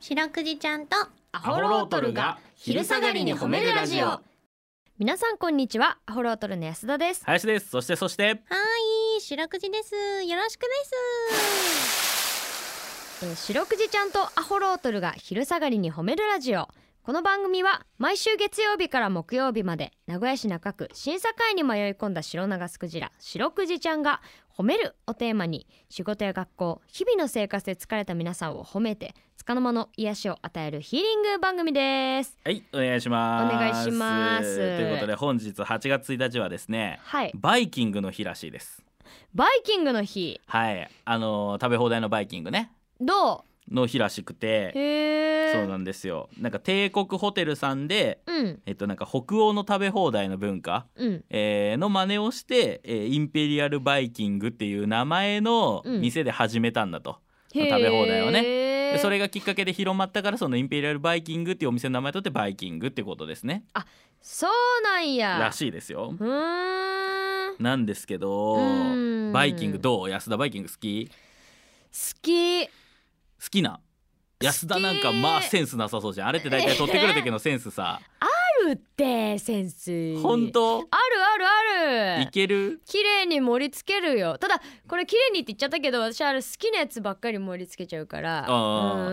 白くじちゃんとアホロートルが昼下がりに褒めるラジオ皆さんこんにちはアホロートルの安田です林ですそしてそしてはい白くじですよろしくですえー、白くじちゃんとアホロートルが昼下がりに褒めるラジオこの番組は毎週月曜日から木曜日まで名古屋市中区審査会に迷い込んだ白長スクジラ白くじちゃんが褒めるをテーマに仕事や学校日々の生活で疲れた皆さんを褒めて束の間の癒しを与えるヒーリング番組ですはいお願いしますお願いしますということで本日8月1日はですねはいバイキングの日らしいですバイキングの日はいあのー食べ放題のバイキングねどの日らしくうてへえそうなんですよなんか帝国ホテルさんでうんえっとなんか北欧の食べ放題の文化うんえーの真似をして、えーインペリアルバイキングっていう名前のうん店で始めたんだと、へー食べ放題をねでそれれがきっかけで広まったからそのインペリアルバイキングっていうお店の名前とってバイキングってことですねそうなんやらしいですうよーん好なんですけどうんバイキングどう安田バイキング好きき好きな安田なんかまあセンスなさそうじゃんあれって大体取ってくる時のセンス さあるってセンス本当あるあるあいるける綺麗に盛り付けるよただこれ綺麗にって言っちゃったけど私あれ好きなやつばっかり盛り付けちゃうからあーう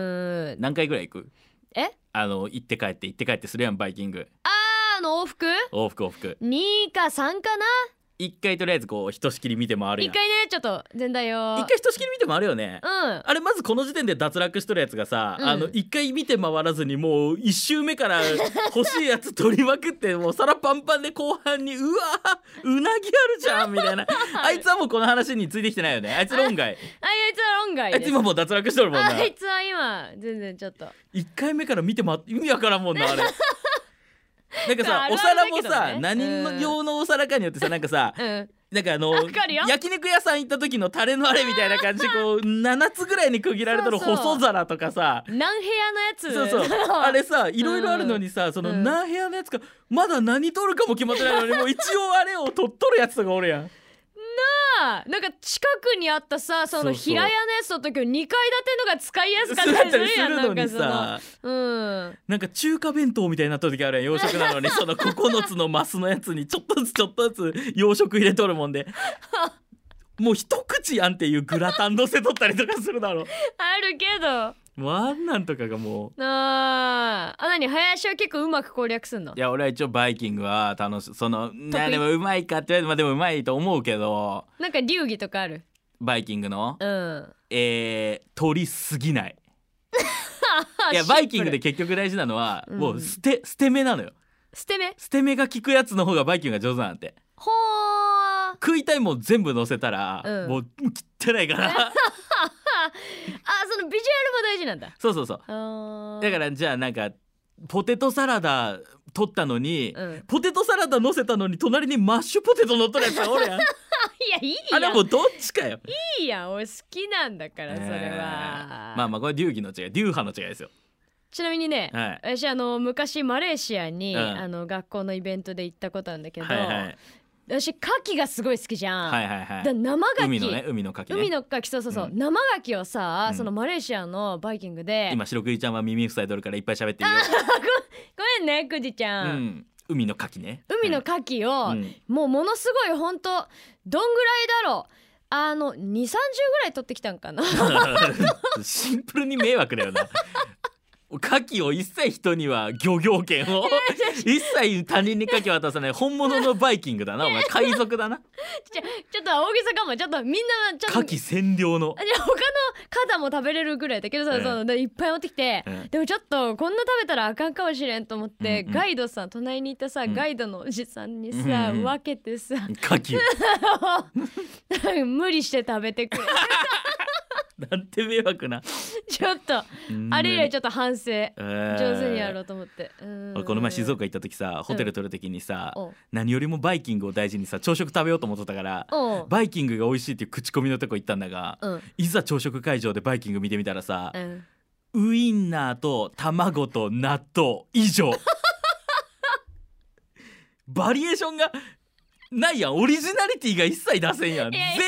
ーん何回ぐらい行くえあの行って帰って行って帰ってするやんバイキングあの往復往復往復2か3かな一回とりあえずこうひとしきり見て回るや一ん回ねちょっと全体を一回ひとしきり見て回るよね、うんあれまずこの時点で脱落しとるやつがさ、うんあの一回見て回らずにもう一周目から欲しいやつ取りまくってもう皿パンパンで後半にうわうなぎあるじゃんみたいな あいつはもうこの話についてきてないよねあいつ論外あいつは論外あいでつす今もう脱落しとるもんなあいつは今全然ちょっと一回目から見てま意味わからんもんな あれなんまあかさあるあるおだ皿けもどねさ、何のうん用のお皿かによってさなんかさうんなんかあ のわかるよ焼肉屋さん行った時のタレのあれみたいな感じでこう7つぐらいに区切られてるそうそう細皿とかさ何部屋のやつそうそ うあれさいろいろあるのにさそのうん何部屋のやつかまだ何取るかも決まってないのにもう一応あれを取っとるやつとかおるやんあなんか近くにあったさそそうそうの平屋のやつの時の2階建てのが使いやすかそうっだたっりたすりるすやんるの になんかさそのうんなんか中華弁当みたいになった時あるやん洋食な のにその9つのマスのやつにちょっとずつちょっとずつ洋食入れとるもんでもう一口やんっていうグラタン乗せとったりとかするだろあるけどもうあんなんとかがもう。あーあ何林は結構うまく攻略すんのいや俺は一応バイキングは楽しそのいや意でもうまいかって言われてまあでもうまいと思うけどなんか流儀とかあるバイキングの、うんえー、取りすぎないい やシンプルバイキングで結局大事なのは、うんもう捨て捨て目なのよ捨て目捨て目が効くやつの方がバイキングが上手なんてほー食いたいもん全部乗せたら、うんもう切ってないから あそのビジュアルも大事なんだそうそうそうあだかららじゃあなんかポテトサラダ取ったのに、うんポテトサラダ乗せたのに隣にマッシュポテト乗っとるやつがおるやんいやいいあれやもうどっちかよいいやん俺好きなんだからそれは、えーまあまあこれ流儀の違い流派の違いですよちなみにね、は い私あの昔マレーシアに、うんあの学校のイベントで行ったことあるんだけど、はいはい私牡蠣がすごい好きじゃん、はいはいはだい生牡蠣海のね海の牡蠣ね海の牡蠣そうそうそう、うん生牡蠣をさ、うんそのマレーシアのバイキングで今白クイちゃんは耳塞いどるからいっぱい喋ってるよごめんねくじちうゃん、ん海の牡蠣ね海の牡牡蠣を、うんもうものすごいほんとどんぐらいだろうあの2 3 0ぐらい取ってきたんかな 蠣 シンプルに迷惑だよな牡蠣を一切人には漁業権を一切他人に牡蠣渡さない本物のバイキングだなお前海賊だなちょっと大げさかもちょっとみんなちょっと牡蠣占領の あじゃあ他の肩も食べれるぐらいだけどさ、うんそのでいっぱい持ってきて、うんでもちょっとこんな食べたらあかんかもしれんと思って、うんうんガイドさん隣にいたさ、んガイドのおじさんにさ、うんうん分けてさ、 牡蠣無理して食べてくれ なんて迷惑なちょっとあれ以来ちょょっと反省上っ手にやろうと思って、うんこの前静岡行った時さホテル取る時にさ、おう何よりもバイキングを大事にさ朝食食べようと思ってたからおうバイキングが美味しいっていう口コミのとこ行ったんだが、うんいざ朝食会場でバイキング見てみたらさう、んウインナーと卵と納豆以上 バリエーションがないやんオリジナリティが一切出せんやんい全や 員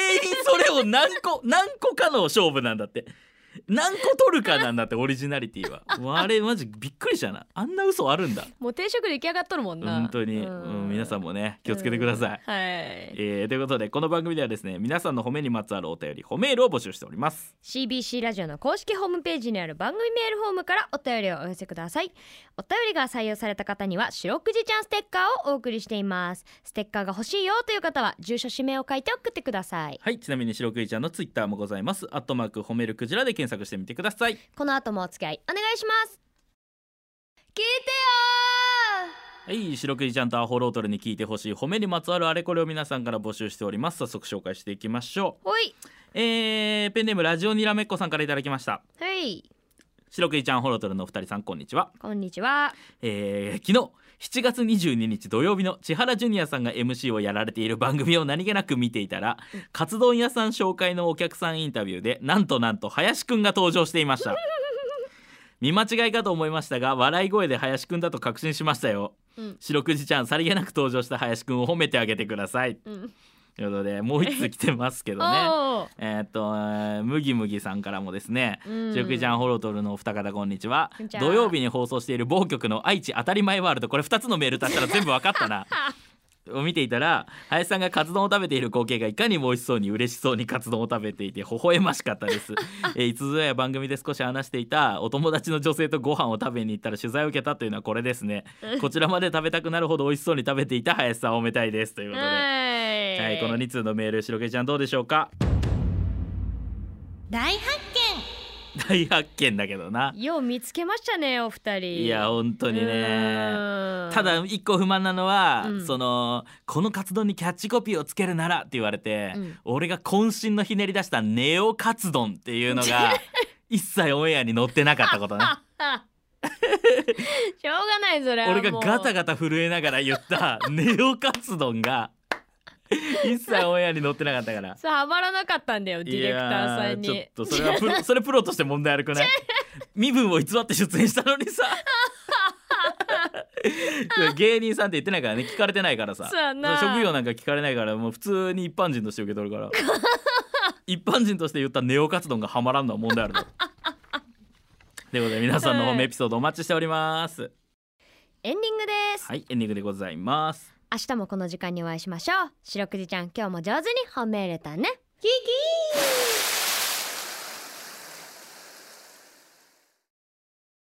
それを何個何個かの勝負なんだって何個取るかなんだってオリジナリテ ィはもうあれマジびっくりしたなあんな嘘あるんだもう定食出来上がっとるもんな本当に、うん、皆さんもね気をつけてください、はいえーということでこの番組ではですね皆さんの褒めにまつわるお便り褒めールを募集しております CBC ラジオの公式ホームページにある番組メールフォームからお便りをお寄せくださいお便りが採用された方には「白くじちゃんステッカー」をお送りしていますステッカーが欲しいよという方は住所氏名を書いて送ってくださいはいちなみに白クイちゃんのツイッターもございますアットマーク褒めるクジラで検索してみてくださいこの後もお付き合いお願いします聞いてよはい白クイちゃんとアホロートルに聞いてほしい褒めにまつわるあれこれを皆さんから募集しております早速紹介していきましょーほいうえー、ペンネームラジオにらめっこさんからいただきましたはい白クイちゃんアホロートルのお二人さんこんにちはこんにちはえー、昨日7月22日土曜日の千原ジュニアさんが MC をやられている番組を何気なく見ていたらカツ丼屋さん紹介のお客さんインタビューでなんとなんと林くんが登場していました 見間違いかと思いましたが笑い声で林くんだと確信しましたようん白くじちゃんさりげなく登場した林くんを褒めてあげてくださいうんということでもう一つ来てますけどね おーえーっと、えー、麦麦さんからもですね、うんジョクジャンホロトルのお二方こんにちはこんにちは土曜日に放送している某局の愛知当たり前ワールドこれ2つのメール足したら全部わかっ たなを見ていたら林さんがカツ丼を食べている光景がいかにも美味しそうに嬉しそうにカツ丼を食べていて微笑ましかっ たです、えー、いつぞや番組で少し話していたお友達の女性とご飯を食べに行ったら取材を受けたというのはこれですねこちらまで食べたくなるほど美味しそうに食べていた林さんを褒めたいですということで、はいはい、この2通のメール白毛ちゃんどうでしょうか大発大発見だけどなよう見つけましたねお二人いや本当にねうんただ一個不満なのは、うんそのこの活動にキャッチコピーをつけるならって言われて、うん俺が渾身のひねり出したネオカツ丼っていうの が一切オンエアに載ってなかったことねしょうがないそれは俺がガタガガタ震えながら言ったネオカツ丼 が一切オンエアに載ってなかったからそうはまらなかったんだよディレクターさんいやーにちょっとそれは プロそれプロとして問題あるくない身分を偽って出演したの にさ芸人さんって言ってないからね聞かれてないからさそうやな職業なんか聞かれないからもう普通に一般人として受け取 るから一般人として言ったネオカツ丼がハマらんのは問題 あるぞということで皆さんのホームエピソードお待ちしておりますエンディングです、はいエンディングでございます明日もこの時間にお会いしましょう白くじちゃん今日も上手に褒めれたねキキー